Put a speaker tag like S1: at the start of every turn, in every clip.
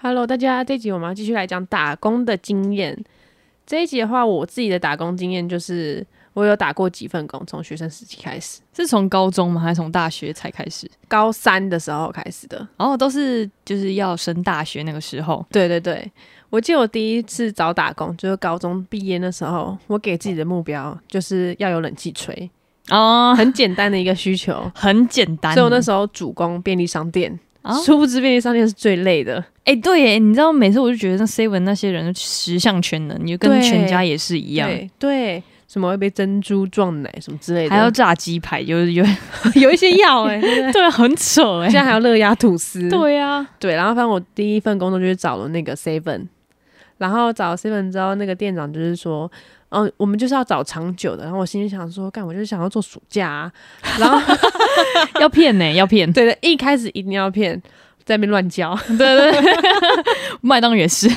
S1: Hello，大家，这一集我们要继续来讲打工的经验。这一集的话，我自己的打工经验就是，我有打过几份工，从学生时期开始，
S2: 是从高中吗？还是从大学才开始？
S1: 高三的时候开始的。
S2: 然、后都是就是要升大学那个时候，
S1: 对对对，我记得我第一次找打工就是高中毕业那时候，我给自己的目标就是要有冷气吹，
S2: 哦，。
S1: 很简单的一个需求
S2: 很简 单。
S1: 所以我那
S2: 候，
S1: 时候主攻便利商店，
S2: 啊
S1: 殊不知便利商店是最累的。
S2: 哎、对耶，你知道每次我就觉得那 seven 那些人十项全能，你就跟
S1: 对
S2: 全家也是一样，
S1: 对对，什么会被珍珠撞奶什么之类的，
S2: 还要炸鸡排，就 是有
S1: 有一些药哎、对不对嗯
S2: 对啊，很扯哎、
S1: 现在还有乐压吐司，
S2: 对啊，
S1: 对，然后反正我第一份工作就是找了那个 seven，然后找了 seven 之后，那个店长就是说，嗯、我们就是要找长久的。然后我心里想说，干，我就是想要做暑假啊。然 后，
S2: 要骗呢、要骗
S1: 对的，一开始一定要骗，在那边乱教，
S2: 对对对，麦当 也是，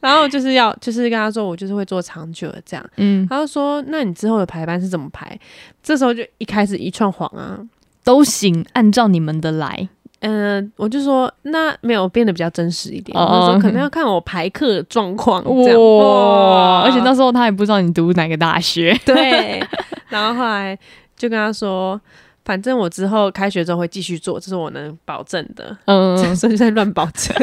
S1: 然后就是要就是跟他说，我就是会做长久的这样。
S2: 嗯，
S1: 他就说，那你之后的排班是怎么排？这时候就一开始一串谎啊。
S2: 都行，按照你们的来，
S1: 嗯、我就说那没有变得比较真实一点，
S2: 哦
S1: 我就说可能要看我排课的状况这样
S2: 哇，而且那时候他也不知道你读哪个大学，
S1: 对， 然后后来就跟他说，反正我之后开学之后会继续做，这是我能保证的。
S2: 嗯，
S1: 所以在乱保证。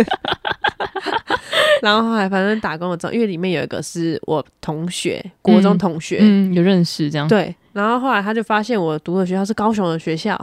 S1: 然后后来反正打工了之后，因为里面有一个是我同学，国中
S2: 嗯
S1: 同学，
S2: 嗯，有认识这样，
S1: 对。然后后来他就发现我读的学校是高雄的学校，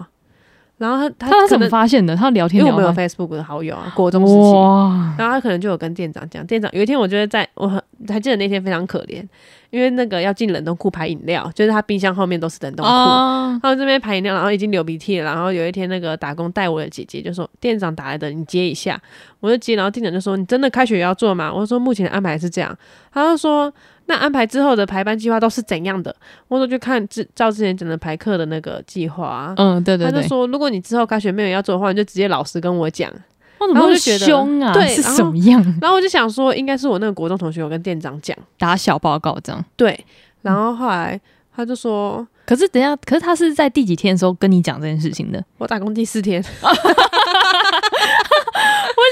S1: 然后他
S2: 他
S1: 他
S2: 是
S1: 可
S2: 怎么
S1: 能
S2: 发现的？他聊
S1: 因
S2: 天
S1: 为
S2: 聊
S1: 我们有
S2: 吗
S1: Facebook 的好友啊，国中时期。
S2: 哇，
S1: 然后他可能就有跟店长讲，店长有一天我觉得在我很还记得那天非常可怜，因为那个要进冷冻库排饮料，就是他冰箱后面都是冷冻库，
S2: 啊，
S1: 他们这边排饮料，然后已经流鼻涕了。然后有一天，那个打工带我的姐姐就说：“店长打来的，你接一下。”我就接，然后店长就说：“你真的开学也要做吗？”我说：“目前的安排是这样。”他就说：“那安排之后的排班计划都是怎样的？”我说：“就看之照之前讲的排课的那个计划、啊。
S2: 嗯，对对
S1: 他
S2: 对
S1: 就，说：“如果你之后开学没有要做的话，你就直接老实跟我讲。
S2: 我哦怎
S1: 然
S2: 么
S1: 后
S2: 会
S1: 就觉得
S2: 凶啊？
S1: 对
S2: 是
S1: 然
S2: 什
S1: 后
S2: 么样”
S1: 然后我就想说，应该是我那个国中同学有跟店长讲，
S2: 打小报告这样？
S1: 对。然后后来他就说，
S2: 可是等一下，可是他是在第几天的时候跟你讲这件事情的？ 我
S1: 我打工第四天，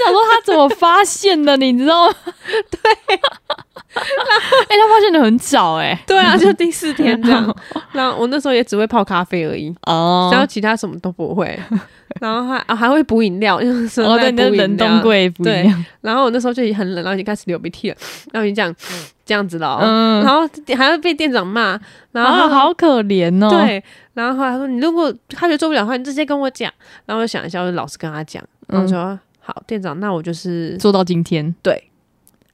S2: 想说他怎么发现的，你知道吗？ 对， 哎，他发现的很早哎，
S1: 对啊，就第四天这 样。然后我那时候也只会泡咖啡而已，
S2: 哦
S1: 然后其他什么都不 会，然后还、啊、还会补饮料，因为是
S2: 哦，对，
S1: 在
S2: 你的
S1: 补饮料
S2: 冷冻。柜不一样，
S1: 然后我那时候就已经很冷，然后已经开始流鼻涕了，然后已经这样、这样子了、
S2: 嗯
S1: 然，后还要被店长骂，然后、
S2: 啊，好可怜哦，，
S1: 对，然后后来他说你如果开学做不了的话，你直接跟我讲。然后我想一下，我就老实跟他讲，然后我
S2: 嗯，
S1: 说、好，店长，那我就是
S2: 做到今天，
S1: 对，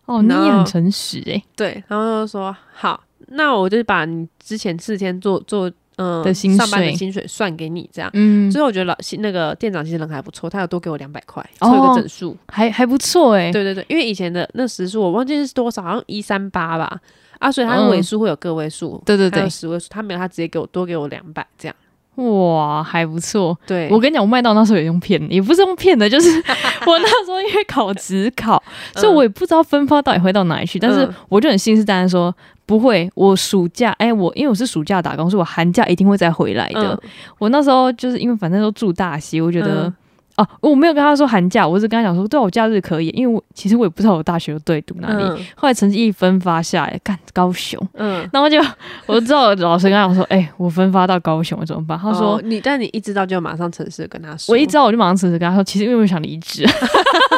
S2: 哦，你也
S1: 然后
S2: 很诚实哎
S1: 对，然后就说好，那我就把你之前四天做做嗯、
S2: 的薪
S1: 上班的
S2: 水
S1: 薪水算给你这样。
S2: 嗯
S1: 所以我觉得老那个店长其实人还不错，他有多给我两百块，
S2: 哦
S1: 凑一个整数。
S2: 还还不错哎，
S1: 对对对，因为以前的那时数我忘记是多少，好像一三八吧，啊，所以它
S2: 嗯
S1: 尾数会有个位数，
S2: 对对
S1: 还有
S2: 对，
S1: 十位数，他没有，他直接给我多给我两百这样。
S2: 哇，还不错。
S1: 对，
S2: 我跟你讲，我麦当劳那时候也用骗的，也不是用骗的，就是 我那时候因为考职考，
S1: 嗯
S2: 所以我也不知道分发到底会到哪里去，但是
S1: 嗯
S2: 我就很信誓旦旦说不会，我暑假，哎、我因为我是暑假打工，所以我寒假一定会再回来的。
S1: 嗯
S2: 我那时候就是因为反正都住大溪，我觉得。
S1: 嗯
S2: 哦、我没有跟他说寒假，我只跟他讲说，对啊、我假日可以，因为我其实我也不知道我大学对读哪里。
S1: 嗯
S2: 后来成绩一分发下来，干高雄，
S1: 嗯，
S2: 然后就 我就知道老师跟他讲说，哎、我分发到高雄了，怎么办？他说、
S1: 哦你，但你一知道就马上诚实地跟他说，
S2: 我一知道我就马上辞职，跟他说，其实因为我想离职。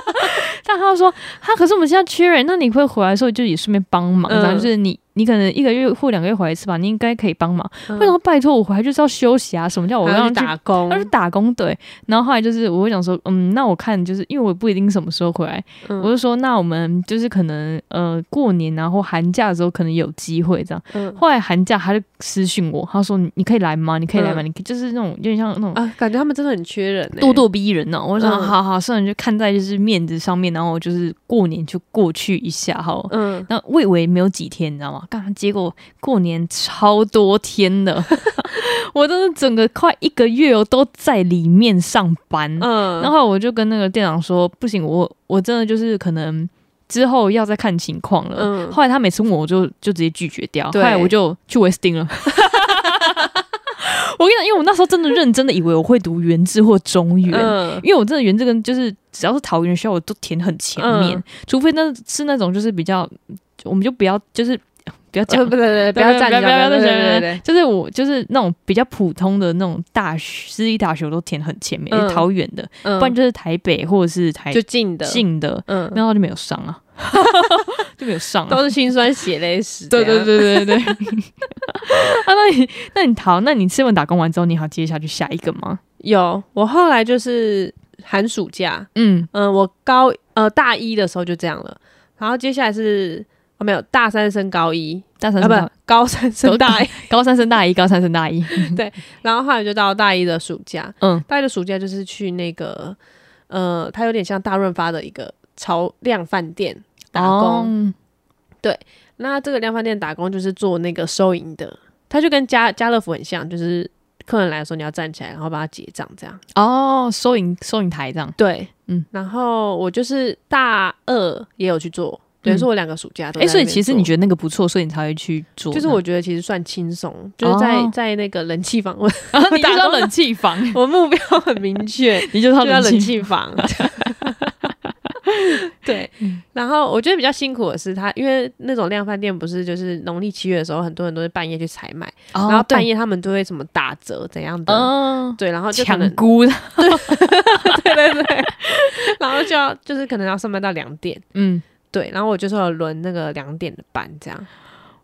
S2: 但他说，他可是我们现在缺人，那你会回来的时候就也顺便帮忙，
S1: 嗯
S2: 然后、就是你你可能一个月或两个月回来一次吧，你应该可以帮忙。
S1: 嗯
S2: 为什么拜托我回来就是要休息啊？什么叫我
S1: 还要
S2: 让
S1: 去
S2: 他去
S1: 打工
S2: 他？是打工对，然后后来就是我会想说，嗯，那我看就是因为我不一定什么时候回来，
S1: 嗯
S2: 我就说那我们就是可能呃过年然后寒假的时候可能有机会这样。
S1: 嗯
S2: 后来寒假他就私讯我，他说你你可以来吗？你可以
S1: 嗯
S2: 来吗？你可以就是那种有点像那种
S1: 啊，感觉他们真的很缺人欸呢。
S2: 咄咄逼人呢、我就想，
S1: 嗯
S2: 好好，算了，就看在就是面子上面，然后我就是过年就过去一下好了。
S1: 嗯，
S2: 那我以为没有几天，你知道吗？干，结果过年超多天的， 我真是整个快一个月哦都在里面上班。
S1: 嗯，
S2: 然后我就跟那个店长说，不行，我我真的就是可能之后要再看情况了。
S1: 嗯
S2: 后来他每次问我我就就直接拒绝掉，后
S1: 对
S2: 来我就去 Westin 了。 我跟你讲，因为我那时候真的认真的以为我会读原治或中原，
S1: 嗯，
S2: 因为我真的原这个就是只要是桃园的学校，我都填很前面，
S1: 嗯
S2: 除非那是那种就是比较，我们就不要就是不要讲
S1: 呃 不对对，对不要站，
S2: 不要不要
S1: 站，
S2: 不要
S1: 对
S2: 站
S1: 对对
S2: 对
S1: 对，
S2: 就是我就是那种比较普通的那种大学私立大学，我都填很前面，
S1: 嗯
S2: 就是桃园的，
S1: 嗯
S2: 不然就是台北或者是台
S1: 就近的，
S2: 近的，
S1: 嗯，
S2: 那就没有上 啊，就没有上啊
S1: 都。是心酸血泪史，
S2: 对
S1: 这
S2: 对
S1: 样，
S2: 对对 对。啊，那你那你逃，那你吃完打工完之后，你还要接下去下一个吗？
S1: 有我后来就是寒暑假，
S2: 嗯，
S1: 嗯，我高呃大一的时候就这样了，然后接下来是哦没有大三升高一
S2: 大三
S1: 啊
S2: 升大
S1: 不高三升大 一，
S2: 高三升大一，高三升 大一。
S1: 然后后来就到大一的暑假，
S2: 嗯，
S1: 大一的暑假就是去那个呃，它有点像大润发的一个潮量饭店打工。
S2: 哦
S1: 那这个量饭店打工就是做那个收银的，它就跟家家乐福很像，就是客人来的时候你要站起来，然后帮他结账这样。
S2: 哦，收银收银台这样。
S1: 对，
S2: 嗯
S1: 嗯，然后我就是大二也有去做，等于
S2: 嗯
S1: 说我两个暑假都在
S2: 哎，
S1: 那边做。
S2: 所以其实你觉得那个不错，所以你才会去做
S1: 就
S2: 那。
S1: 是我觉得其实算轻松，就是在、
S2: 哦
S1: 在那个冷气房，我
S2: 啊， 你就
S1: 打
S2: 是要
S1: 工
S2: 冷气 房，
S1: 我目标很明 确，
S2: 你就是要
S1: 就要冷
S2: 冷气
S1: 气房。 对，
S2: 嗯
S1: 然后我觉得比较辛苦的是他，因为那种量贩店不是就是农历七月的时候，很多人都是半夜去采买，
S2: 房，
S1: 然后半
S2: 夜
S1: 夜他们都会什么打折怎样的，
S2: 哦嗯
S1: 对，然后就可
S2: 抢
S1: 能
S2: 估的，
S1: 对对对，然后就要就是可能要上班到两点，
S2: 嗯，
S1: 对，然后我就是有轮那个两点的班这样，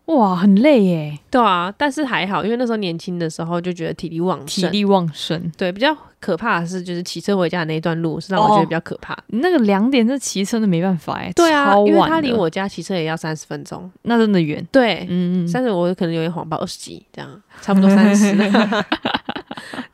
S2: 哇，很累耶，
S1: 对啊，但是还好，因为那时候年轻的时候就觉得体力旺
S2: 体
S1: 盛，
S2: 力旺盛。
S1: 对，比较可怕的是就是骑车回家的那一段路是让我觉得比较可怕的。
S2: 那个两点这骑车的没办法哎，
S1: 哦对啊
S2: 超，
S1: 因为
S2: 晚
S1: 他离
S2: 的
S1: 我家骑车也要三十分钟。
S2: 那真的远，
S1: 对，
S2: 嗯嗯嗯，
S1: 三十我可能有点谎报二十几这样，差不多三 十。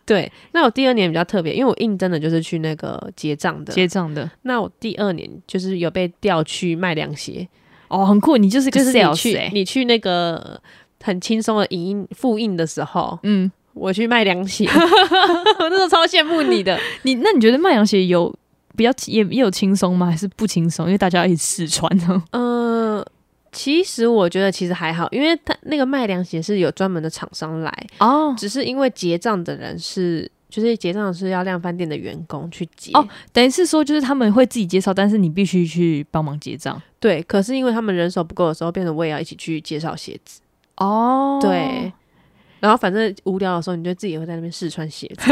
S1: 对，那我第二年比较特别，因为我应征的就是去那个结账的。
S2: 结账的
S1: 那我第二年就是有被调去卖凉鞋，
S2: 哦，很酷，你就是个
S1: 就是你
S2: sales
S1: 去
S2: 哎，
S1: 你去那个很轻松的影印复印的时候，
S2: 嗯，
S1: 我去卖凉鞋，我那时候超羡慕你的。
S2: 你那你觉得卖凉鞋有比较也也有轻松吗？还是不轻松？因为大家一起试穿呢。
S1: 嗯，其实我觉得其实还好，因为他那个卖凉鞋是有专门的厂商来，
S2: 哦
S1: 只是因为结账的人是，就是结账的是要量饭店的员工去结。
S2: 哦，等于是说就是他们会自己介绍，但是你必须去帮忙结账
S1: 对，可是因为他们人手不够的时候，变成我也要一起去介绍鞋子。
S2: 哦
S1: 对，然后反正无聊的时候，你就自己会在那边试穿鞋子。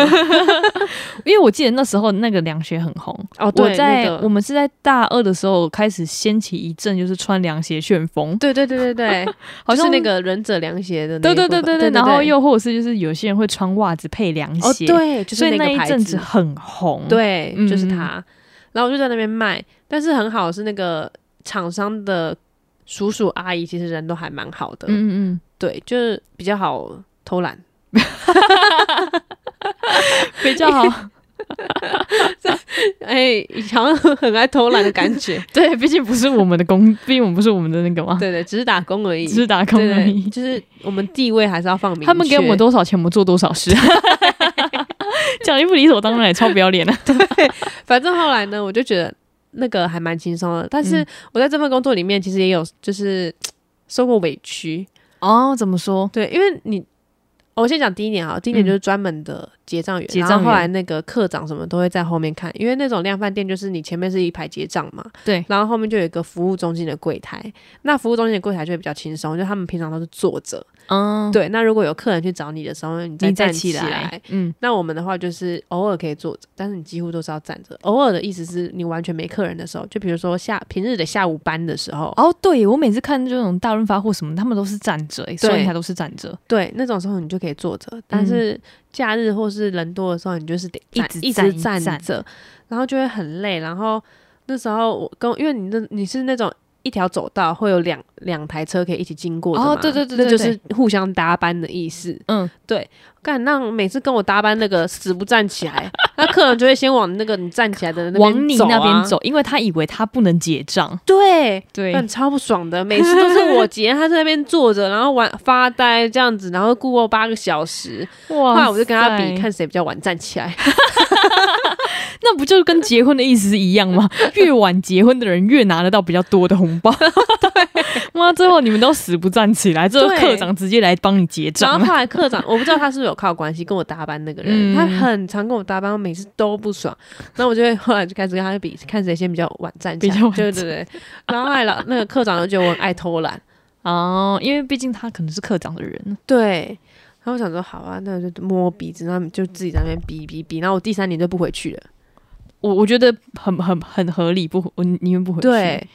S2: 因为我记得那时候那个凉鞋很红，
S1: 哦
S2: 我在、
S1: 那个
S2: 我们是在大二的时候开始掀起一阵就是穿凉鞋旋风，
S1: 对对对对 对，
S2: 好
S1: 就
S2: 像
S1: 是那。个忍者凉鞋的那
S2: 对
S1: 一
S2: 对
S1: 部分。
S2: 对对对，然后又或者是就是有些人会穿袜子配凉
S1: 哦
S2: 鞋，，
S1: 对，就是
S2: 所以
S1: 那
S2: 那
S1: 个
S2: 一
S1: 牌
S2: 阵
S1: 子
S2: 子很红。，
S1: 对，
S2: 嗯
S1: 就是
S2: 嗯
S1: 它。然后我就在那边卖，但是很好是那个厂商的叔叔阿姨，其实人都还蛮好的。
S2: 嗯 嗯
S1: 对，就是比较好偷 懒。
S2: 嗯，比较好。
S1: 哎、好像很爱偷懒的感觉。
S2: 对，毕竟不是我们的工，毕竟我们不是我们的那个嘛，
S1: 对对，只是打工而已。
S2: 只是打工
S1: 对
S2: 而
S1: 对，
S2: 已。
S1: 就是我们地位还是要放明确。
S2: 他们给我们多少钱，我们做多少 事，讲一不理所当然，也超不要脸的。
S1: 反正后来呢，我就觉得那个还蛮轻松的。但是
S2: 嗯
S1: 我在这份工作里面，其实也有就是嘖受过委屈。
S2: 哦，怎么说？
S1: 对，因为你，哦我先讲第一年哈，第一年
S2: 嗯
S1: 就是专门的结账员，
S2: 结账
S1: 然后后
S2: 员
S1: 来那个课长什么都会在后面看，因为那种量贩店就是你前面是一排结账嘛，
S2: 对
S1: 然后后面就有一个服务中心的柜台，那服务中心的柜台就会比较轻松，就他们平常都是坐着，
S2: 嗯，
S1: 对，那如果有客人去找你的时候，你再
S2: 你再
S1: 站
S2: 起
S1: 来
S2: 来。，嗯，
S1: 那我们的话就是偶尔可以坐着，但是你几乎都是要站着。偶尔的意思是你完全没客人的时候，就比如说下平日的下午班的时候，
S2: 哦，对我每次看这种大润发或什么，他们都是站着、欸，收银台都是站着，
S1: 对，那种时候你就可以坐着，但是假日或是人多的时候，你就是得
S2: 嗯一
S1: 站
S2: 直
S1: 一
S2: 站
S1: 直
S2: 一
S1: 站
S2: 站
S1: 着，然后就会很累。然后那时候我跟因为你那你是那种一条走道会有两两台车可以一起经过的
S2: 哦
S1: 嘛，
S2: 对对对
S1: 那
S2: 对
S1: 就是互相搭班的意思。
S2: 嗯，
S1: 干，那每次跟我搭班那个死不站起来，那客人就会先往那个你站起来的那边
S2: 往你
S1: 啊
S2: 那边。走，因为他以为他不能结账。
S1: 对，
S2: 对
S1: 但超不爽的，每次都是我结，他在那边坐着，然后玩发呆这样子，然后顾过八个小时，后
S2: 哇
S1: 来我就跟他比，
S2: 塞
S1: 看谁比较晚站 起来。
S2: 那不就是跟 结婚的意思是一样吗？越晚结婚的人越拿得到比较多的红包。对，妈，最后你们都死不站起来，最后
S1: 对
S2: 科长直接来帮你结
S1: 然后
S2: 账。
S1: 后来科长，我不知道他是不是有靠关系跟我搭班那个人，
S2: 嗯
S1: 他很常跟我搭班，我每次都不爽。然后我就会后来就开始跟他比，看谁先比较晚站起来，
S2: 比较晚
S1: 对对对。然后后来老那个科长就觉得我很爱偷懒，
S2: 哦，因为毕竟他可能是科长的人，
S1: 对。然后我想说，好啊，那我就摸鼻子，然后他们就自己在那边比比比。然后我第三年就不回去了。
S2: 我我觉得很很很合理，不，我宁愿不回去。
S1: 对，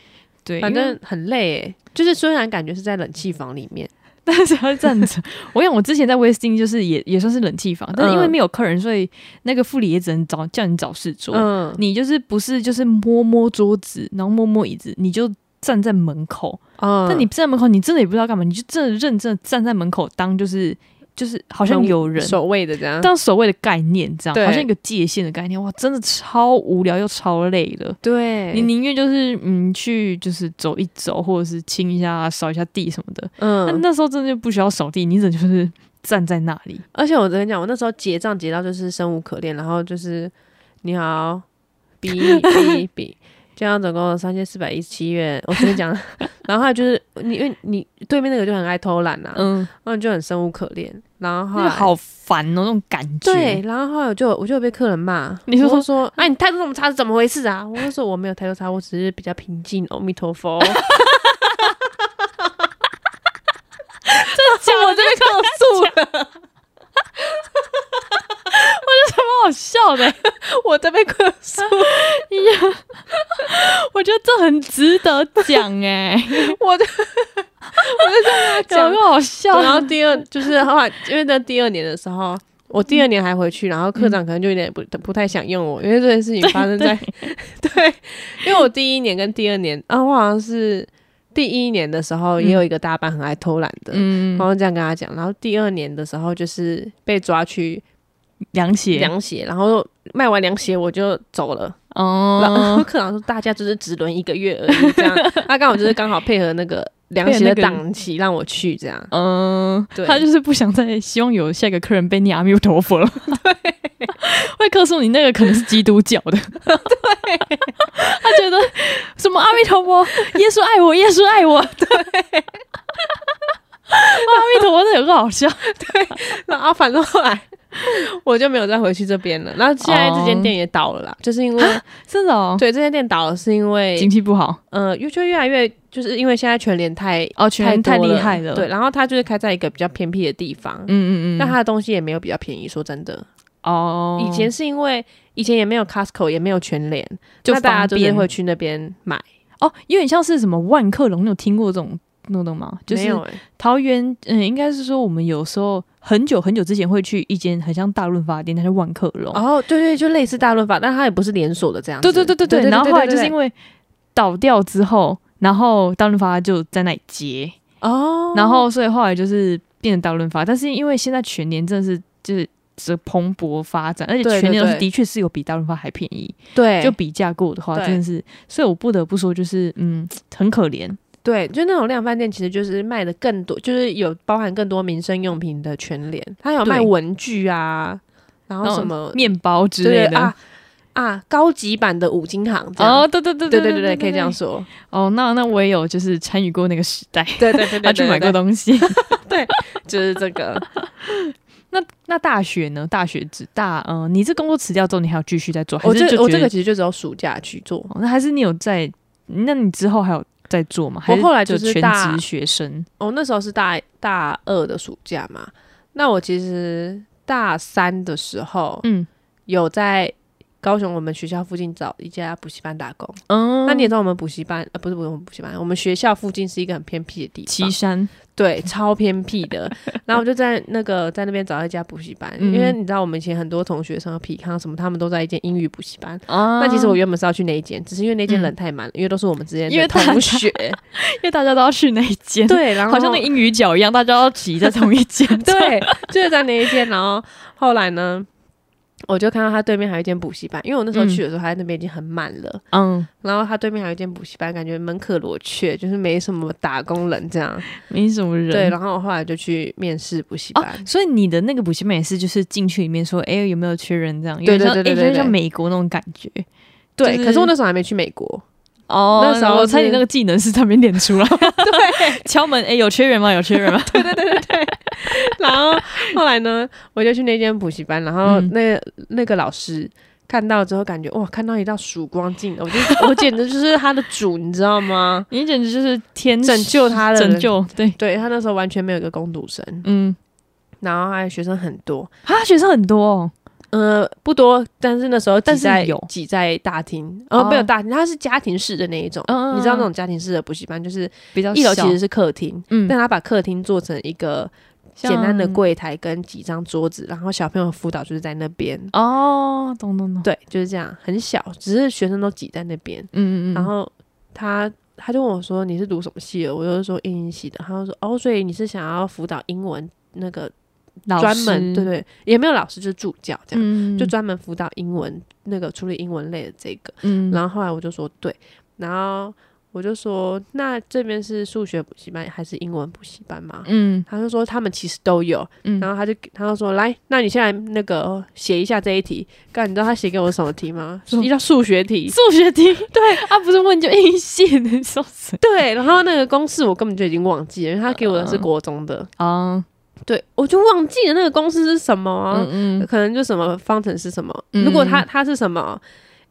S2: 对，
S1: 反
S2: 因
S1: 正
S2: 为
S1: 很累诶，就是虽然感觉是在冷气房里面，
S2: 但是要站着。我想我之前在威斯汀就是也也算是冷气房，
S1: 嗯
S2: 但是因为没有客人，所以那个副理也只能找叫你找事做。
S1: 嗯，
S2: 你就是不是就是摸摸桌子，然后摸摸椅子，你就站在门口。
S1: 嗯
S2: 但你站在门口，你真的也不知道干嘛，你就真的认真的站在门口当就是就是好像
S1: 嗯
S2: 有人。
S1: 守卫的这样，
S2: 当所谓的概念，这样
S1: 对
S2: 好像一个界限的概念，哇，真的超无聊又超累的。
S1: 对，
S2: 你宁愿就是嗯去就是走一走，或者是清一下啊扫一下地什么的。那、
S1: 嗯，
S2: 那时候真的就不需要扫地，你只能就是站在那里。
S1: 而且我跟你讲，我那时候结账结到就是生无可恋，然后就是你好，比比比，这样总共三千四百一十七元，我跟你讲， 然后还就是你因为你对面那个就很爱偷懒呐、
S2: 嗯，
S1: 然后你就很生无可恋，然后
S2: 那
S1: 后
S2: 个
S1: 来
S2: 好烦哦、那种感觉。
S1: 对，， 然后后来我就我就有被客人骂，
S2: 你就
S1: 我
S2: 说
S1: 就说，哎、你态度这么差是怎么回事啊？我就说我没有态度差，我只是比较平静，阿弥陀 佛。
S2: 我这边告诉了，我觉得蛮好笑的、
S1: 我在被客诉，
S2: 我觉得这很值得讲哎、
S1: 我就我就这样
S2: 讲
S1: 讲
S2: 个好笑
S1: 对。 然后第二就是后来，因为在第二年的时候，我第二年还回去，然后科长可能就有点不不太想用我，因为这件事情发生在 对因为我第一年跟第二年啊，我好像是第一年的时候也有一个大班很爱偷懒的，
S2: 嗯
S1: 然，后这样跟他讲，然后第二年的时候就是被抓去
S2: 凉鞋
S1: 凉鞋，然后卖完凉鞋我就走了。然 后
S2: 哦，
S1: 科长说大家就是只轮一个月而已，这 样，他刚好就是刚好配合那个凉
S2: 配合
S1: 鞋
S2: 那
S1: 的
S2: 个
S1: 档期让我去这样。
S2: 嗯，
S1: 对
S2: 他就是不想再希望有下一个客人被念阿弥陀佛 了。对，会告诉你那个可能是基督教的。对，他觉得什么阿弥陀 佛，耶稣爱我，耶稣爱我。对，阿弥陀佛，那有个好笑。
S1: 然后反正后来我就没有再回去这边了。然后现在这间店也倒了啦，就是因为
S2: 真的哦，
S1: 对这间店倒了是因为
S2: 经济不好
S1: 呃，越就越来越就是因为现在全联太
S2: 哦，全
S1: 太
S2: 太
S1: 多
S2: 厉害了。
S1: 对，，然后它就是开在一个比较偏僻的地方。
S2: 嗯嗯嗯，
S1: 但它的东西也没有比较便宜，说真的，
S2: 哦，
S1: 以前是因为以前也没有 Costco，也没有全联，
S2: 就
S1: 那大家
S2: 方
S1: 就是
S2: 便
S1: 会去那边买，
S2: 哦，有点像是什么万客隆，你有听过这种那种吗？就
S1: 没
S2: 是
S1: 有、欸、
S2: 桃园，嗯，应该是说我们有时候很久很久之前会去一间很像大润发的店，它叫万客隆。
S1: 哦，对对，就类似大润发，但它也不是连锁的这样子。
S2: 对对对对对。然后后来就是因
S1: 为
S2: 为倒掉之后，然后大润发就在那里接，
S1: 哦，
S2: 然后所以后来就是变成大润发。但是因为现在全年真的是就是。这蓬勃发展，而且
S1: 对对
S2: 全年都是
S1: 对
S2: 的确是有比大润发还便宜。
S1: 对
S2: 就比价过的话，
S1: 对
S2: 真的是，所以我不得不说，就是嗯，很可怜。
S1: 对，就那种量贩店，其实就是卖的更多，就是有包含更多民生用品的全联，它有卖
S2: 对
S1: 文具啊，然后什么
S2: 面包之
S1: 对对
S2: 类的
S1: 啊啊，高级版的五金行这样。
S2: 哦，对对对
S1: 对对
S2: 对
S1: 对对，可以这样。说。
S2: 哦，那那我也有就是参与过那个时代，
S1: 对对 对
S2: 他去买过，东西。
S1: 就是这 个。
S2: 那那大学呢？大学只大嗯、呃你这工作辞掉之后，你还有继续在做，还
S1: 我
S2: 是就
S1: 这我
S2: 觉
S1: 这
S2: 得
S1: 个其实就只有暑假去做。
S2: 哦那还是你有在？那你之后还有在做吗？还
S1: 我后来就是
S2: 全
S1: 大
S2: 职学生
S1: 哦，那时候是大大二的暑假嘛，那我其实大三的时候，
S2: 嗯，
S1: 有在高雄我们学校附近找一家补习班打工。
S2: 嗯
S1: 那你也知道我们补习班，呃，不是不是我们补习班，我们学校附近是一个很偏僻的地
S2: 岐
S1: 方，
S2: 山
S1: 对，超偏僻的。然后我就在那个在那边找到一家补习班，因为
S2: 嗯
S1: 你知道我们以前很多同学，什么皮康什么，他们都在一间英语补习班。
S2: 啊
S1: 那其实我原本是要去那一间，只是因为那间
S2: 嗯
S1: 人太满了，因为都是我们之间
S2: 因为
S1: 的
S2: 大
S1: 同
S2: 家
S1: 学，
S2: 因为大家都要去那一间，，
S1: 对，然后，
S2: 好像那英语角一样，大家要挤在同一间
S1: 对，就是在那一间。然后后来呢，我就看到他对面还有一间补习班，因为我那时候
S2: 嗯
S1: 去的时候，他那边已经很满了。
S2: 嗯，
S1: 然后他对面还有一间补习班，感觉门可罗雀，就是没什么打工人这样。
S2: 没什么人。
S1: 对，然后我后来就去面试补习班。
S2: 啊，所以你的那个补习班也是，就是进去里面说，哎、有没有缺人这样？
S1: 对对
S2: 有点像
S1: 对对
S2: 哎
S1: 对
S2: 有点像
S1: 对
S2: 美国那种感觉。
S1: 对，
S2: 就是
S1: 可是我那时候还没去美国，
S2: 哦
S1: 那时候
S2: 我猜你
S1: 是
S2: 那个技能是他没练出来，
S1: 对，
S2: 敲门，哎、有缺人吗？有缺人吗？
S1: 然后后来呢，我就去那间补习班，然后
S2: 嗯
S1: 那、那个老师看到之后，感觉哇，看到一道曙光进来，我就 我简直就是他的主， 你知道吗？
S2: 你简直就是天使
S1: 拯救他的人
S2: 拯救，对，
S1: 对他那时候完全没有一个攻读生，
S2: 嗯，
S1: 然后还有学生很多，
S2: 啊，学生很多、哦，
S1: 呃，不多，但是那时候挤
S2: 但是
S1: 在
S2: 有
S1: 挤在大厅，然后没有
S2: 哦
S1: 大厅，它是家庭式的那一种，
S2: 嗯嗯
S1: 你知道
S2: 嗯
S1: 那种家庭式的补习班，就是
S2: 比较
S1: 一楼
S2: 小
S1: 其实是客厅，
S2: 嗯
S1: 但他把客厅做成一个简单的柜台跟几张桌子，然后小朋友辅导就是在那边，
S2: 哦，懂懂懂，
S1: 对，就是这样，很小，只是学生都挤在那边。
S2: 嗯嗯嗯，
S1: 然后他他就问我说：“你是读什么系的？”我就说英语系的。他就说：“哦，所以你是想要辅导英文那个
S2: 老
S1: 专门对，
S2: 师
S1: 对，也没有老师，就是助教这样，
S2: 嗯，
S1: 就专门辅导英文那个处理英文类的这个。”
S2: 嗯，
S1: 然后后来我就说对，然后我就说那这边是数学补习班还是英文补习班吗？
S2: 嗯
S1: 他就说他们其实都有，
S2: 嗯，
S1: 然后他就他就说来，那你现在那个写一下这一题。干，你知道他写给我什么题吗？是
S2: 什么
S1: 一道数学题。
S2: 数学题，对，他不是问就硬写，你说谁？
S1: 对，然后那个公式我根本就已经忘记了，因为他给我的是
S2: 嗯
S1: 国中的，
S2: 啊，
S1: 对我就忘记了那个公式是什么啊、
S2: 嗯嗯
S1: 可能就什么方程是什么。
S2: 嗯
S1: 如果它它是什么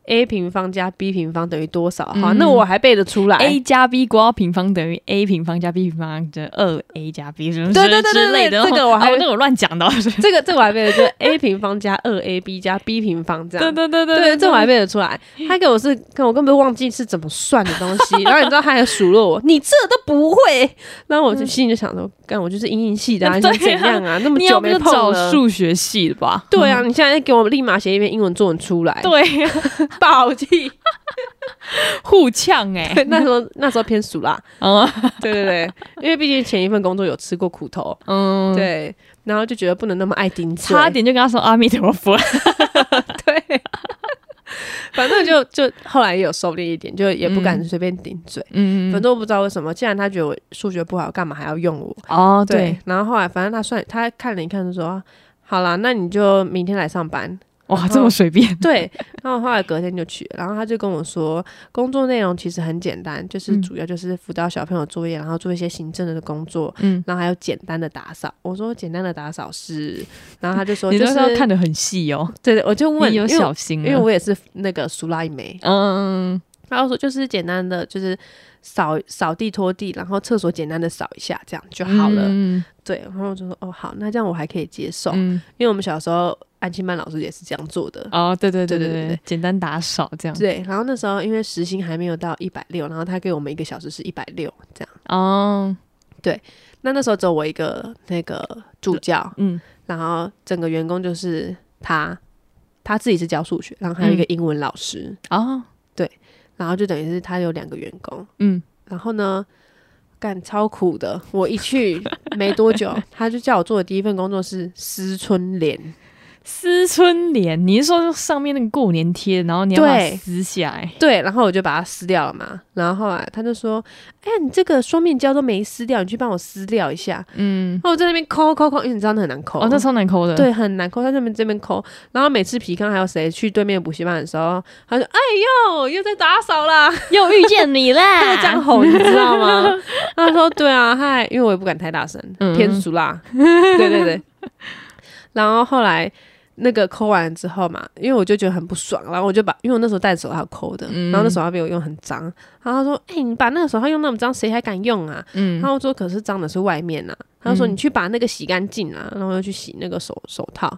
S1: a 平方加 b 平方等于多少？好，
S2: 嗯哎
S1: 那我还背得出来。
S2: ，a 加 b 括号平方等于 a 平方加 b 平方等于二 a 加 b 什么
S1: 对对对对
S2: 之类的，
S1: 对这个我还
S2: 啊那我乱讲的，
S1: 这个这个我还背得出来，a 平方加二 ab 加 b 平方这样。
S2: 对对
S1: 对这我还背得出来。他给我是，看我根本忘记是怎么算的东西。然后你知道他还数落我，你这都不会。然后我就心里就想说，干我就是阴影系的、啊，你
S2: 嗯对啊
S1: 想怎样啊？那么
S2: 你
S1: 久
S2: 要不
S1: 没
S2: 就
S1: 碰
S2: 找
S1: 了。
S2: 数学系的吧？
S1: 对啊，你现在给我立马写一篇英文作文出来，
S2: 对呀，
S1: 暴气。
S2: 互呛 哎，
S1: 对那时候那时候偏数啦，
S2: 啊
S1: 对对对，因为毕竟前一份工作有吃过苦头，
S2: 嗯，，
S1: 对，然后就觉得不能那么爱顶嘴，
S2: 差点就跟他说阿弥陀佛，
S1: 对，反正就 就后来也有收敛一点，就也不敢随便顶嘴。
S2: 嗯
S1: 反正我不知道为什么，既然他觉得我数学不好，干嘛还要用我？
S2: 哦，
S1: 对，，然后后来反正他算他看了一看，就说啊好啦，那你就明天来上班。
S2: 哇，这么随 便，
S1: 对，然后后来隔天就去了，然后他就跟我说，工作内容其实很简单，就是
S2: 嗯
S1: 主要就是辅导小朋友作业，然后做一些行政的工作。
S2: 嗯，
S1: 然后还有简单的打扫，我说简单的打扫是，然后他就说
S2: 你
S1: 就
S2: 都
S1: 是
S2: 要看得很细哦，
S1: 对，对我就问，
S2: 你有
S1: 因为
S2: 小心啊，
S1: 因为我也是那个苏拉一枚，
S2: 嗯，
S1: 然后说就是简单的就是扫扫地拖地，然后厕所简单的扫一下，这样就好了。
S2: 嗯
S1: 对，然后我就说哦好，那这样我还可以接受，
S2: 嗯，
S1: 因为我们小时候安亲班老师也是这样做的。
S2: 哦，对对对
S1: 对
S2: 对
S1: 对
S2: 对，简单打扫这样。
S1: 对，然后那时候因为时薪还没有到一百六，然后他给我们一个小时是一百六这样。
S2: 哦，
S1: 那那时候只有我一个那个助教，
S2: 嗯，
S1: 然后整个员工就是他，他自己是教数学，然后还有一个英文老师，
S2: 哦，
S1: 然后就等于是他有两个员工。
S2: 嗯，
S1: 然后呢，干超苦的。我一去没多久，他就叫我做的第一份工作是撕春联。
S2: 撕春联，你是说上面那个过年贴，然后你要把它
S1: 对
S2: 撕下来？
S1: 对，然后我就把它撕掉了嘛。然后后来他就说：“哎、你这个双面胶都没撕掉，你去帮我撕掉一下。”
S2: 嗯，
S1: 然后我在那边抠抠抠，因为你知道那很难抠。
S2: 哦，那超难抠的。，
S1: 对，很难抠，他在那边这边抠，然后每次皮康还有谁去对面补习班的时候，他就哎呦又在打扫啦，
S2: 又遇见 你
S1: 他
S2: 啦！
S1: 就这样吼，你知道 吗？他说对啊，嗨，因为我也不敢太大声，
S2: 嗯
S1: 偏俗啦。对对 对。然后后来那个抠完了之后嘛，因为我就觉得很不爽，然后我就把，因为我那时候戴手套抠的，
S2: 嗯
S1: 然后那手套被我用很脏，然后他说：“哎、你把那个手套用那么脏，谁还敢用啊？”
S2: 嗯
S1: 然，后我说：“可是脏的是外面啊。”他说：“
S2: 嗯
S1: 你去把那个洗干净啊。”然后我就去洗那个手手套，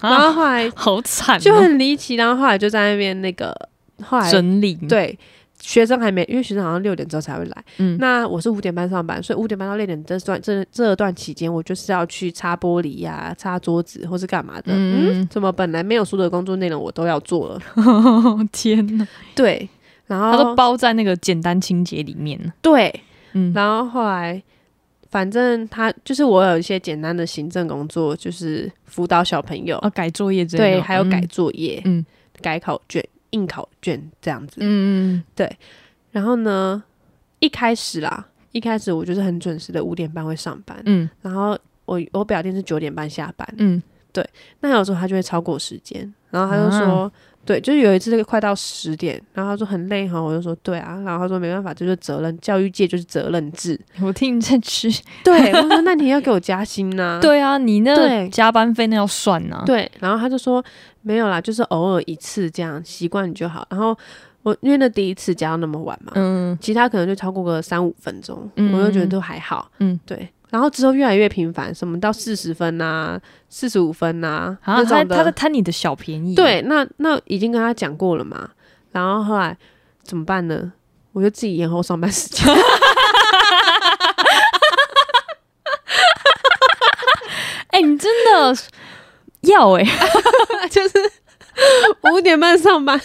S1: 然后后
S2: 啊，
S1: 来
S2: 好惨哦，
S1: 就很离奇，然后后来就在那边那个后来
S2: 整理。，
S1: 对，学生还没，因为学生好像六点之后才会来。
S2: 嗯
S1: 那我是五点半上班，所以五点半到六点这段这这段期间，我就是要去擦玻璃呀、擦桌子或是干嘛的。嗯
S2: 嗯
S1: 怎么本来没有说的工作内容我都要做 了？
S2: 天哪，
S1: 对，然
S2: 它都
S1: 后
S2: 包在那个简单清洁里面。
S1: 对，
S2: 嗯，
S1: 然后后来。反正他就是我有一些简单的行政工作，就是辅导小朋友，
S2: 哦，改作业之类的。
S1: 对，还有
S2: 嗯
S1: 改。作业、
S2: 嗯
S1: 改考卷、应考卷这样子。
S2: 嗯，
S1: 然后呢，一开始啦，一开始我就是很准时的五点半会上班，
S2: 嗯
S1: 然后我我表弟是九点半下班，
S2: 嗯
S1: 那有时候他就会超过时间，然后他就说、对，就是有一次快到十点，然后他说很累哈，我就说对啊，然后他说没办法，这就是责任，教育界就是责任制。
S2: 我听你在吃。
S1: 对，我说那你要给我加薪呐、
S2: 对啊，你那
S1: 对
S2: 加班费那要算啊呐、
S1: 对，然后他就说没有啦，就是偶尔一次这样，习惯你就好。然后我因为那第一次加到那么晚嘛，
S2: 嗯，
S1: 其他可能就超过个三五分钟，
S2: 嗯
S1: 我就觉得都还好。
S2: 嗯
S1: 嗯，对。然后之后越来越频繁，什么到四十分呐、四十五分呐、
S2: 啊，
S1: 那种
S2: 他他在
S1: 的。
S2: 贪你的小便宜。，
S1: 对，那那已经跟他讲过了嘛。然后后来怎么办呢？我就自己延后上班时间。
S2: 哎、你真的要哎、
S1: 就是五点半上班，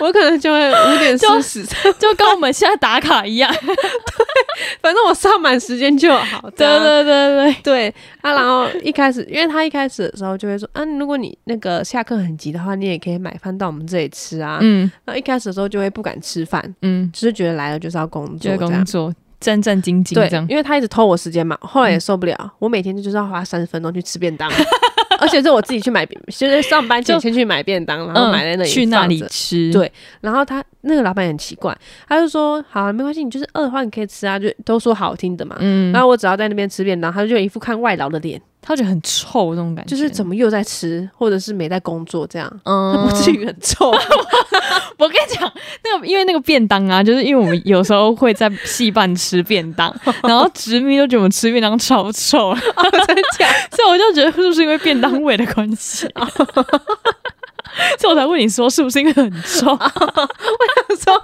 S1: 我可能就会五点四十，
S2: 就跟我们现在打卡一样。
S1: 反正我上满时间就好。啊
S2: 对
S1: 这样
S2: 对对对，
S1: 对啊，然后一开始，因为他一开始的时候就会说啊，如果你那个下课很急的话，你也可以买饭到我们这里吃啊。
S2: 嗯
S1: 然后一开始的时候就会不敢吃饭，
S2: 嗯，
S1: 就是觉得来了就是要工作，
S2: 就是
S1: 这
S2: 工
S1: 样。
S2: 作战战兢兢
S1: 对
S2: 这样，。嗯
S1: 因为他一直偷我时间嘛，后来也受不了，我每天就是要花三十分钟去吃便当，啊 而且是我自己去买，就是上班前
S2: 就嗯
S1: 先去买便当，然后买在那里、
S2: 去那里吃，
S1: 对然后他那个老板也很奇怪，他就说：“好、啊，没关系，你就是饿的话你可以吃啊，就都说好听的嘛。
S2: 嗯，
S1: 然后我只要在那边吃便当，他就一副看外劳的脸，
S2: 他觉得很臭那种感觉，
S1: 就是怎么又在吃，或者是没在工作这样。
S2: 嗯
S1: 他不至于很臭，
S2: 我跟你讲，那个因为那个便当啊，就是因为我们有时候会在戏办吃便当，然后直迷都觉得我们吃便当超臭，
S1: 真的 假的？
S2: 所以我就觉得是不是因为便当味的关系， 所以我才问你说是不是因为很臭？ 我想说，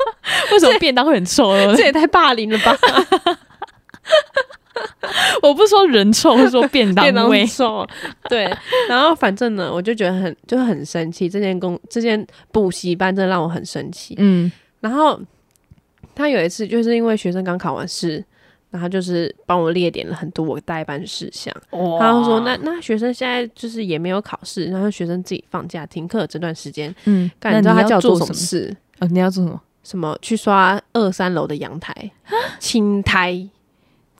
S2: 为什么便当会很臭呢？
S1: 这也太霸凌了 吧！
S2: 我不是说人臭，我是说便当
S1: 便当
S2: 味。
S1: 臭，对。然后反正呢，我就觉得很就很生气，这间公这间补习班真的让我很生气。
S2: 嗯
S1: 然后他有一次就是因为学生刚考完试，然后就是帮我列点了很多我代办事项。
S2: 哇
S1: 他就说：“那那学生现在就是也没有考试，然后学生自己放假停课这段时间，
S2: 嗯，
S1: 干你知道他叫我做什么？事？
S2: 哦，你要做什么？
S1: 什么去刷二三楼的阳 台，青苔。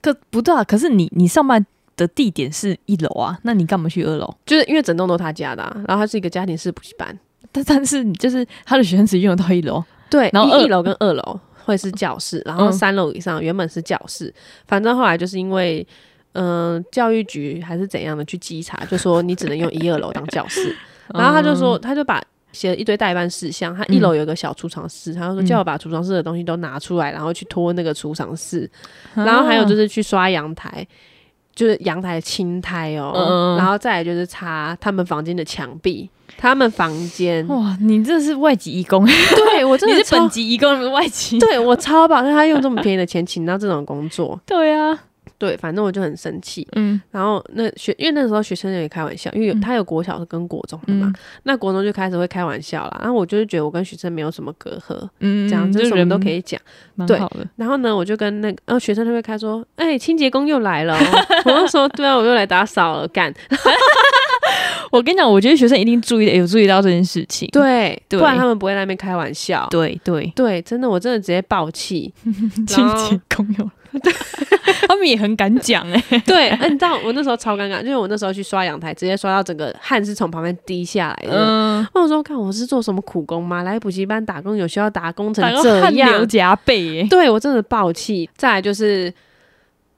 S2: 可不对啊，可是你你上班的地点是一楼啊，那你干嘛去二楼？
S1: 就是因为整栋都他家的、啊，然后他是一个家庭式补习班，
S2: 但但是你就是他的学生只用得到一楼，
S1: 对，
S2: 然后
S1: 一
S2: 二
S1: 一楼跟二楼会是教室，然后
S2: 嗯
S1: 三楼以上原本是教室，反正后来就是因为。嗯、教育局还是怎样的去稽查，就说你只能用一二楼当教室，然后他就
S2: 嗯
S1: 说，他就把写了一堆代办事项，他一楼有个小储藏室，他就说
S2: 嗯
S1: 叫我把储藏室的东西都拿出来，然后去拖那个储藏室，
S2: 嗯，
S1: 然后还有就是是去刷阳台，就是阳台的青苔哦，
S2: 嗯嗯嗯
S1: 然后再来就是擦他们房间的墙壁，他们房间，
S2: 哇，你这是外籍义工，哦你
S1: 对我真的
S2: 是
S1: 超
S2: 本级义工，不是外籍。
S1: 对我超宝，但他用这么便宜的钱请到这种工作，
S2: 对啊，
S1: 对，反正我就很生气。
S2: 嗯
S1: 然后那学，因为那时候学生也开玩笑，因为有
S2: 嗯
S1: 他有国小跟国中的嘛，
S2: 嗯
S1: 那国中就开始会开玩笑啦。然后我就是觉得我跟学生没有什么隔阂，
S2: 嗯，
S1: 这样就是什么
S2: 人
S1: 都可，以讲。
S2: 蛮
S1: 对
S2: 好的。
S1: 然后呢，我就跟那个，呃，学生那边开说，哎、清洁工又来了哦、 我就说，对啊，我又来打扫了，干。
S2: 我跟你讲，我觉得学生一定注意有注意到这件事情。
S1: 对，
S2: 对
S1: 不然他们不会在那边开玩笑。
S2: 对对，
S1: 对，真的，我真的直接爆 气。
S2: 清洁工 友，他们也很敢讲哎、
S1: 对，哎、你知道我那时候超尴尬，因为我那时候去刷阳台，直接刷到整个汗是从旁边滴下来的。
S2: 嗯，
S1: 我说：“看我是做什么苦工吗？来补习班打工有需要打工成
S2: 反正
S1: 这
S2: 汗流
S1: 样？
S2: 浃背哎、
S1: 对我真的爆气。再来就是，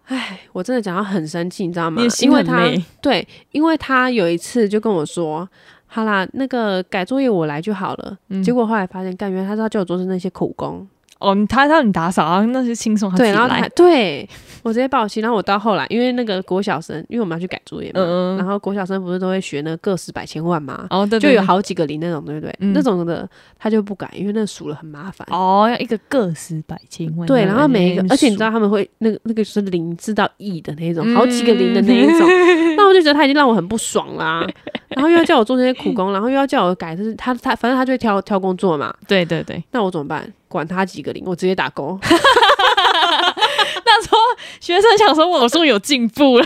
S1: 哎，我真的讲到很生气，你知道吗
S2: 你的？心
S1: 因为
S2: 很
S1: 他
S2: 累
S1: 对，因为他有一次就跟我说：‘好啦，那个改作业我来就好了。
S2: 嗯
S1: 结果后来发现，干原来他是要叫我做是那些苦工。
S2: 哦，你他让你打扫啊，那是轻松，他自
S1: 对，
S2: 己
S1: 然后他
S2: 来。
S1: 对我直接爆气。然后我到后来，因为那个国小生，因为我们要去改作业嘛，
S2: 嗯嗯
S1: 然后国小生不是都会学那个个十百千万吗？
S2: 哦，对
S1: 就
S2: 对
S1: 有
S2: 对
S1: 好几个零那种，对不对？
S2: 嗯
S1: 那种的他就不改，因为那数了很麻烦。
S2: 哦，要一个个十百千万。
S1: 对，然后每一个，而且你知道
S2: 道，
S1: 他们会那个那个是零至到亿的那一种，好几个零的那一种， 那我就觉得他已经让我很不爽啦。然后又要叫我做这些苦工，然后又要叫我改，就是他他反正他就会挑挑工作嘛，
S2: 对对对，
S1: 那我怎么办？管他几个零，我直接打工。
S2: 那时候学生想说，我终于有进步了。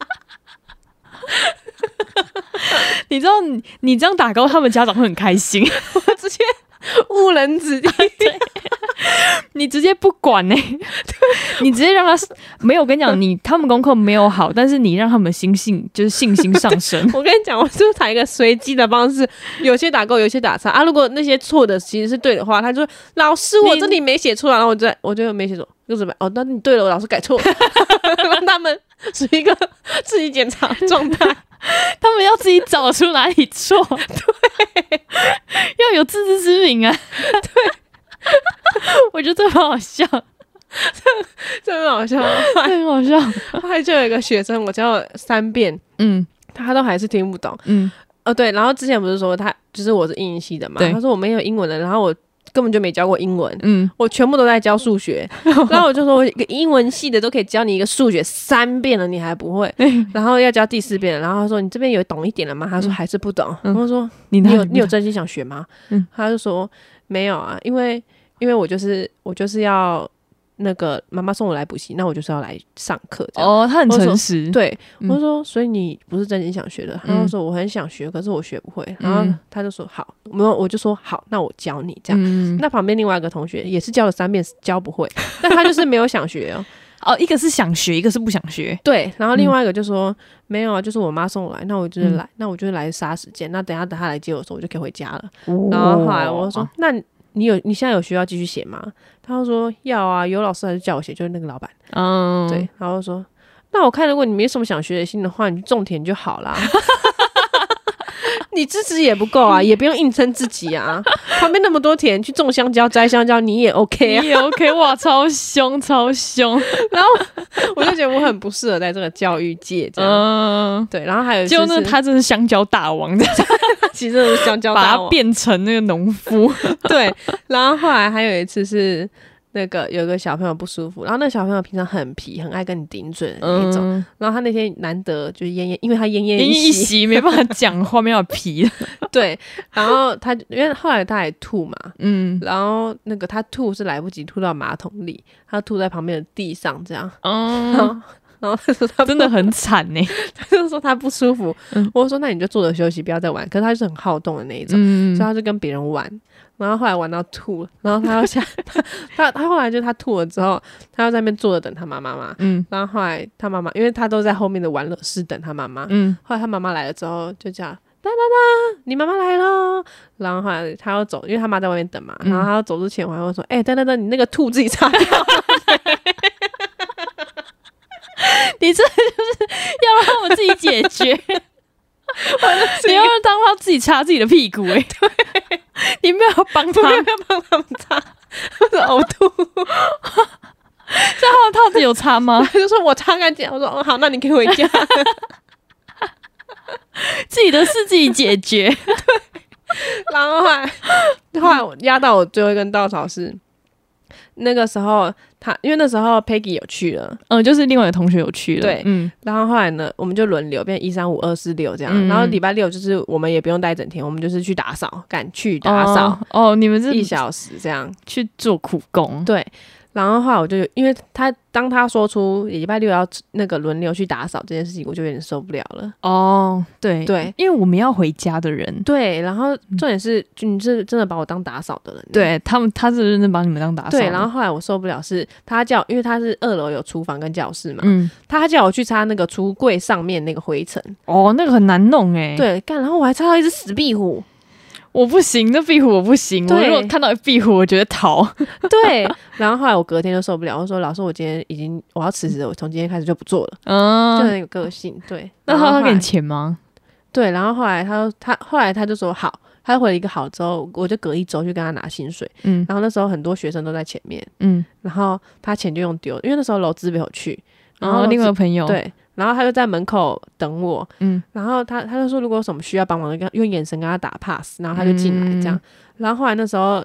S2: 你知道你 你这样打勾，他们家长会很开心，
S1: 误人子弟。。
S2: 你直接不管 呢、你直接让他没有。我跟你讲，你他们功课没有好，但是你让他们心性就是信心上升
S1: 我跟你讲，我就是采一个随机的方式，有些打勾，有些打叉啊。如果那些错的其实是对的话，他就说老师我
S2: 你
S1: 这里没写啊出来，然后我就我就没写错，又怎么样？哦，那你对了，我老师改错了，让他们 是一个自己检查的状态。
S2: 他们要自己找出哪里错，对，要有自知之明啊。对，我觉得这很好笑，
S1: 真的很 好笑。
S2: 这很好笑。
S1: 后来就有一个学生，我教了三遍，
S2: 嗯
S1: 他都还是听不懂。
S2: 嗯，
S1: 哦，对，然后之前不是说他就是我是英语系的嘛，
S2: 对
S1: 他说我没有英文的，然后我根本就没教过英文。
S2: 嗯，
S1: 我全部都在教数 学，然后我就说，我一个英文系的都可以教你一个数学三遍了，你还不会，然后要教第四遍了，然后他说你这边有懂一点了吗？他说还是不懂。
S2: 嗯
S1: 我说
S2: 你
S1: 你
S2: 哪
S1: 有
S2: 里
S1: 你有真心想学吗？
S2: 嗯
S1: 他就说没有啊，因为因为我就是我就是要那个妈妈送我来补习，那我就是要来上课这样。
S2: 哦，他很
S1: 我说
S2: 诚实，
S1: 对，
S2: 嗯
S1: 我说，所以你不是真心想学的。他就说我很想学，可是我学不会。然后
S2: 嗯
S1: 他就说好，没有，我就说好，那我教你这样。
S2: 嗯，
S1: 那旁边另外一个同学也是教了三遍教不会，但他就是没有想学哦。
S2: 哦，一个是想学，一个是不想学。
S1: 对，然后另
S2: 嗯
S1: 外一个就说、没有啊，就是我妈送我来，那我就是
S2: 嗯
S1: 来，那我就是来杀时间。那等一下等她来接我的时候，我就可以回家了。
S2: 然
S1: 然后后来我就
S2: 啊
S1: 说，那你有你现在有需要继续写吗？他就说要啊，有老师还是叫我写，就是那个老板。
S2: 嗯，
S1: 对，，然后说，那我看如果你没什么想学的心的话，你去种田就好 啦。 你自己也不够 啊，也不用硬撑自己啊。旁边那么多田，去种香蕉、摘香蕉，你也 OK 啊。
S2: 也 OK，哇，超凶，超凶，
S1: 然后我就觉得我很不适合在这个教育界这样。
S2: 啊嗯，
S1: 对，然后还有
S2: 就
S1: 那
S2: 那他真是香蕉大王，
S1: 其实是香蕉
S2: 把
S1: 大
S2: 他
S1: 王。
S2: 变成那个农夫，
S1: 对，然后后来还有一次是那个有个小朋友不舒服，然后那个小朋友平常很皮，很爱跟你顶嘴的那种。
S2: 嗯，
S1: 然后他那天难得就是奄奄，因为他奄奄
S2: 奄奄
S1: 一息，
S2: 一息，没办法讲话，没办法皮，
S1: 对，然后他因为后来他还吐嘛，
S2: 嗯
S1: 然后那个他吐是来不及吐到马桶里，他吐在旁边的地上这样，然
S2: 嗯，
S1: 后 然后他说他
S2: 真的很惨欸呢，
S1: 他就说他不舒服，
S2: 嗯
S1: 我说那你就坐着休息，不要再玩。可是他就是很好动的那一种，
S2: 嗯
S1: 所以他就跟别人玩，然后后来玩到吐了，然后他要下 他他他后来就他吐了之后，他要在那边坐着等他妈妈嘛，
S2: 嗯
S1: 然后后来他妈妈因为他都在后面的玩乐室等他妈妈，
S2: 嗯，
S1: 后来他妈妈来了之后，就叫哒哒哒，你妈妈来喽。然后后来他要走，因为他妈在外面等嘛，
S2: 嗯
S1: 然后他要走之前，我还会说，哎、哒哒哒，你那个兔自己擦掉。
S2: 你这就是要让我自己解 决，你要让他自己擦自己的屁股，哎，对，你没有帮
S1: 不
S2: 他，
S1: 要帮 他们擦，我说呕吐。
S2: 这号套子有擦吗？
S1: 他就说我擦干净。我说哦好，那你可以回家。
S2: 自己的事自己解决，
S1: 然后后来后来我压到我最后一根稻草是。那个时候他，因为那时候 Peggy 有去了，
S2: 嗯，就是另外一个同学有去了，
S1: 对
S2: 嗯
S1: 然后后来呢，我们就轮流变一三五二四六这样，
S2: 嗯
S1: 然后礼拜六就是我们也不用待一整天，我们就是去打扫，赶去打扫，
S2: 哦哦，你们
S1: 一
S2: 是
S1: 小时这样。
S2: 去做苦工，
S1: 对，然后后来我就因为他当他说出礼拜六要那个轮流去打扫这件事情，我就有点受不了了。
S2: 哦，对
S1: 对，
S2: 因为我们要回家的人，
S1: 对，然后重点是、就你是真的把我当打扫的人。。
S2: 对他们，他是认真把你们当打扫的，
S1: 对，然后后来我受不了是，他叫，因为他是二楼有厨房跟教室嘛，
S2: 嗯，
S1: 他叫我去擦那个橱柜上面那个灰尘，
S2: 哦，那个很难弄哎，，
S1: 对，干，然后我还擦到一只死壁 虎，
S2: 我不行，那壁虎我不行，我
S1: 对
S2: 如果看到壁虎，我觉得逃，
S1: 对，然后后来我隔天就受不了，我说老师，我今天已经我要辞职了，我从今天开始就不做了，就
S2: 嗯，
S1: 很有个性，对，
S2: 那
S1: 然后
S2: 他
S1: 后
S2: 他
S1: 来
S2: 给你钱吗？
S1: 对，然后后来他就他后来他就说好，他回了一个好之后，我就隔一周去跟他拿薪水。
S2: 嗯
S1: 然后那时候很多学生都在前面，
S2: 嗯，
S1: 然后他钱就用丢，因为那时候楼资没有去，然
S2: 然
S1: 后
S2: 后哦另外一
S1: 楼
S2: 个朋友，
S1: 资，对，然后他就在门口等我，
S2: 嗯，
S1: 然后他他就说如果有什么需要帮忙的，跟用眼神跟他打 pass，然后他就进来
S2: 嗯
S1: 这样。然后后来那时候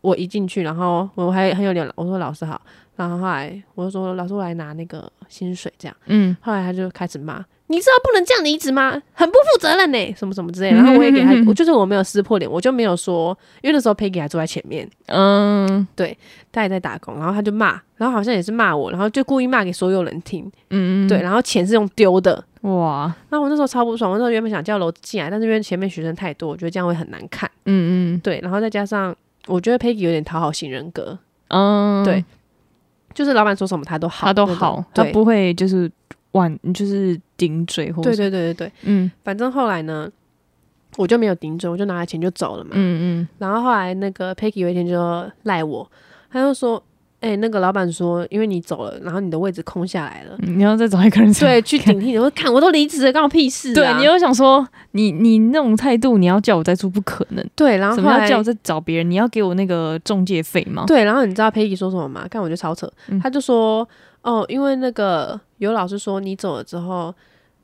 S1: 我一进去，然后我还很有点我说老师好，然后后来我就说老师我来拿那个薪水这样。
S2: 嗯，
S1: 后来他就开始骂：“你知道不能这样离职吗？很不负责任呢、什么什么之类的。”然后我也给
S2: 嗯
S1: 他，我就是我没有撕破脸，我就没有说，因为那时候 Peggy 还坐在前面，
S2: 嗯
S1: 他也在打工，然后他就骂，然后好像也是骂我，然后就故意骂给所有人听，
S2: 嗯嗯，
S1: 对，，然后钱是用丢的。
S2: 哇，
S1: 那我那时候超不爽，我那时候原本想叫楼进来，但是因为前面学生太多，我觉得这样会很难看，
S2: 嗯嗯，
S1: 对，然后再加上我觉得 Peggy 有点讨好型人格，
S2: 嗯，
S1: 对，就是老板说什么他都好，
S2: 他都好，
S1: 那
S2: 他
S1: 种对
S2: 不会就是挽，就是顶嘴或
S1: 对
S2: 是
S1: 对对对对，
S2: 嗯
S1: 反正后来呢，我就没有顶嘴，我就拿了钱就走了嘛。
S2: 嗯嗯
S1: 然后后来那个 Peggy 有一天就赖我，他就说：“哎、那个老板说，因为你走了，然后你的位置空下来了，
S2: 嗯，你要再找一个人上
S1: 对，去顶替你。”我说：“看，我都离职了，关我屁事、啊！”
S2: 对，你又想说你你那种态度，你要叫我再做不可能，
S1: 对，然后
S2: 怎
S1: 后
S2: 么要
S1: 来
S2: 叫我再找别人？你要给我那个中介费吗？
S1: 对，然后你知道 Peggy 说什么吗？看我就超扯，
S2: 嗯
S1: 他就说：“哦，因为那个有老师说你走了之后，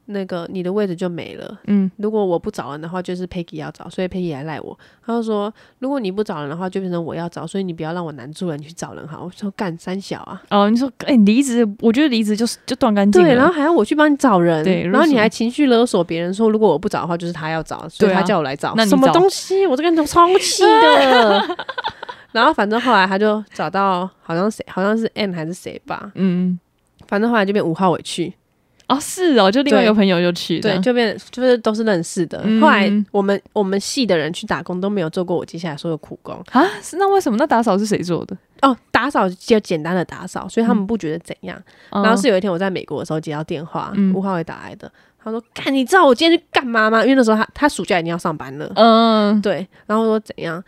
S1: 那个你的位置就没了。”
S2: 嗯，
S1: 如果我不找人的话，就是 Peggy 要找，所以 Peggy 来赖我。他就说，如果你不找人的话，就变成我要找，所以你不要让我难住了，你去找人好。我说干三小啊，
S2: 哦，你说哎，离职，我觉得离职就是就断干净了。
S1: 对，然后还要我去帮你找人，
S2: 对
S1: 然后你
S2: 勒索
S1: 还情绪勒索别人说，如果我不找的话，就是他要找，所以
S2: 对啊
S1: 他叫我来找，
S2: 那你
S1: 什么
S2: 找
S1: 东西，我这个人都超气的。 然后反正后来他就找到，好像谁，好像是 N 还是谁吧，
S2: 嗯，
S1: 反正后来就变五号委屈，
S2: 哦是哦，就另外一个
S1: 对
S2: 朋友就去
S1: 对，
S2: 这样
S1: 就变就是都是认识的。
S2: 嗯
S1: 后来我们我们系的人去打工都没有做过我接下来说的苦工。
S2: 啊，是那为什么那打扫是谁做的？
S1: 哦，打扫就简单的打扫，所以他
S2: 嗯
S1: 们不觉得怎样。然后是有一天我在美国的时候接到电话，
S2: 嗯
S1: 吴浩伟打来的，他说：“干，你知道我今天去干嘛吗？”因为那时候他他暑假已经要上班了，
S2: 嗯
S1: 对。然后我说怎样？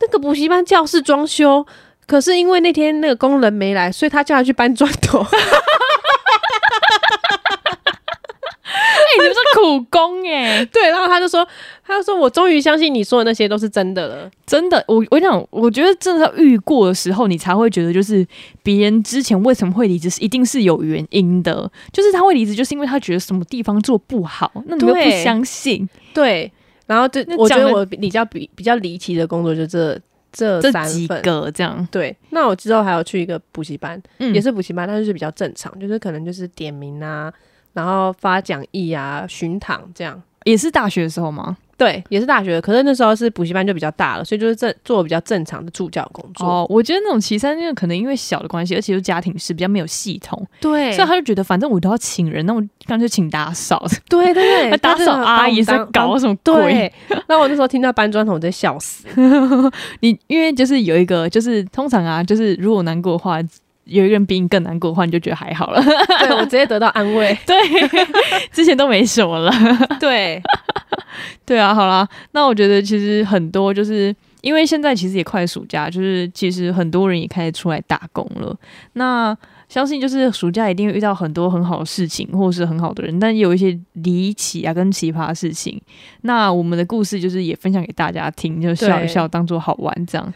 S1: 那个补习班教室装修，可是因为那天那个工人没来，所以他叫他去搬砖头。
S2: 哎，你们是苦工哎，
S1: 对，然后他就说，他就说我终于相信你说的那些都是真的了。
S2: 真的，我我想，我觉得真的要遇过的时候，你才会觉得，就是别人之前为什么会离职，是一定是有原因的。就是他会离职，就是因为他觉得什么地方做不好，那你又不
S1: 对
S2: 相信
S1: 对，然后这
S2: 那
S1: 我觉
S2: 讲
S1: 得
S2: 了
S1: 我比较比比较离奇的工作就这这
S2: 这
S1: 三
S2: 几
S1: 份。
S2: 个这样，
S1: 对，那我之后还有去一个补习班，
S2: 嗯
S1: 也是补习班，但是就是比较正常，就是可能就是点名啊，然后发讲义啊、巡堂这样。
S2: 也是大学的时候吗？
S1: 对，也是大学，可是那时候是补习班就比较大了，所以就是正做比较正常的助教工作。
S2: 哦，我觉得那种其三，因为可能因为小的关系，而且又家庭式比较没有系统，
S1: 对
S2: 所以他就觉得反正我都要请人，那我干脆请打扫，
S1: 对 对
S2: 还
S1: 对，
S2: 打
S1: 他真
S2: 扫
S1: 的把
S2: 阿
S1: 我
S2: 姨
S1: 们
S2: 是在
S1: 当
S2: 搞
S1: 当
S2: 什么鬼？
S1: 对，那我那时候听到搬砖头，我在笑死。
S2: 你因为就是有一个，就是通常啊，就是如果难过的话，有一个人比你更难过的话，你就觉得还好了。
S1: 对我直接得到安慰。
S2: 对，之前都没什么了。
S1: 对，
S2: 对啊，好啦，那我觉得其实很多就是因为现在其实也快暑假，就是其实很多人也开始出来打工了。那相信就是暑假一定会遇到很多很好的事情，或是很好的人，但也有一些离奇啊跟奇葩的事情。那我们的故事就是也分享给大家听，就笑一
S1: 对
S2: 笑，当做好玩这样。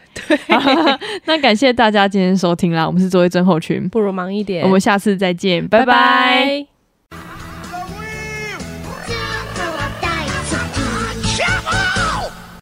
S2: 那 感谢大家今天收听啦，我们是作为真后群，
S1: 不如忙一点。
S2: 我们下次再见，拜拜
S1: 拜拜